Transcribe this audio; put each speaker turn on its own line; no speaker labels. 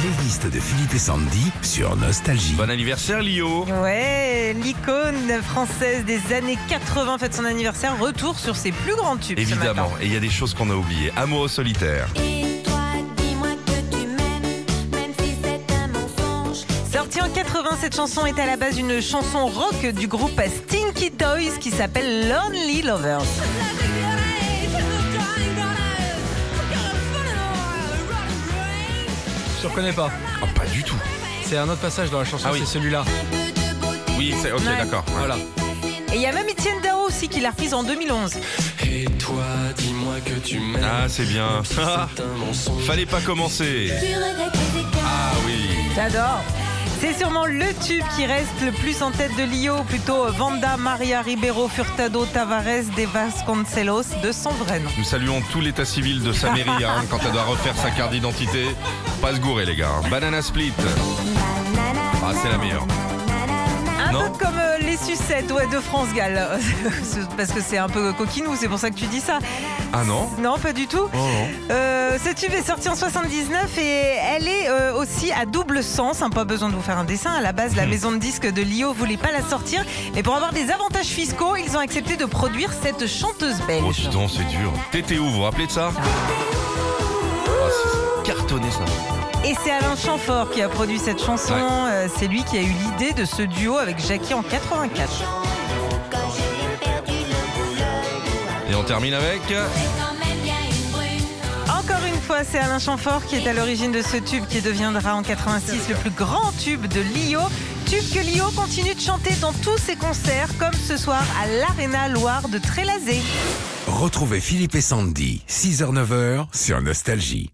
playlist de Philippe et Sandy sur Nostalgie.
Bon anniversaire, Lio.
Ouais, l'icône française des années 80 fête son anniversaire. Retour sur ses plus grands tubes ce
Évidemment.
matin.
Et il y a des choses qu'on a oubliées. Amoureux solitaire.
Et toi, dis-moi que tu m'aimes, même si c'est un mensonge.
Sortie en 80, cette chanson est à la base d'une chanson rock du groupe Stinky Toys qui s'appelle Lonely Lovers.
Je reconnais pas.
Ah, pas du tout.
C'est un autre passage dans la chanson,
Ah oui.
c'est celui-là.
Oui, c'est ok,
Ouais.
d'accord. ouais.
Voilà.
Et il y a même Étienne Dao aussi qui l'a reprise en 2011.
Et toi, dis-moi que tu m'aimes.
Ah, c'est bien. Ah,
c'est un mensonge.
Fallait pas commencer. Ah oui.
J'adore. C'est sûrement le tube qui reste le plus en tête de Lio, plutôt Vanda, Maria, Ribeiro, Furtado, Tavares, De Vasconcelos, de son vrai nom.
Nous saluons tout l'état civil de sa mairie hein, quand elle doit refaire sa carte d'identité. Pas se gourer, les gars. hein. Banana Split. Ah, c'est la meilleure.
Un
Non.
peu comme euh, les sucettes ouais, de France Gall. C'est- Parce que c'est un peu coquinou, c'est pour ça que tu dis ça.
Ah non
Non, pas du tout.
Oh, non.
Euh, ce tube est sorti en 79 et elle est euh, aussi à double sens. hein, pas besoin de vous faire un dessin. À la base,
Hmm.
la maison de disques de Lio voulait pas la sortir. Mais pour avoir des avantages fiscaux, ils ont accepté de produire cette chanteuse belge.
Oh, dis donc, c'est dur. Tété où, vous vous rappelez de ça Ah, c'est- c'est Cartonné, ça.
Et c'est Alain Chamfort qui a produit cette chanson.
Ouais.
Euh, c'est lui qui a eu l'idée de ce duo avec Jackie en 84.
Et on termine avec.
Encore une fois, c'est Alain Chamfort qui est à l'origine de ce tube qui deviendra en 86 le plus grand tube de Lio. Tube que Lio continue de chanter dans tous ses concerts, comme ce soir à l'Arena Loire de Trélazé.
Retrouvez Philippe et Sandy, 6h-9h sur Nostalgie.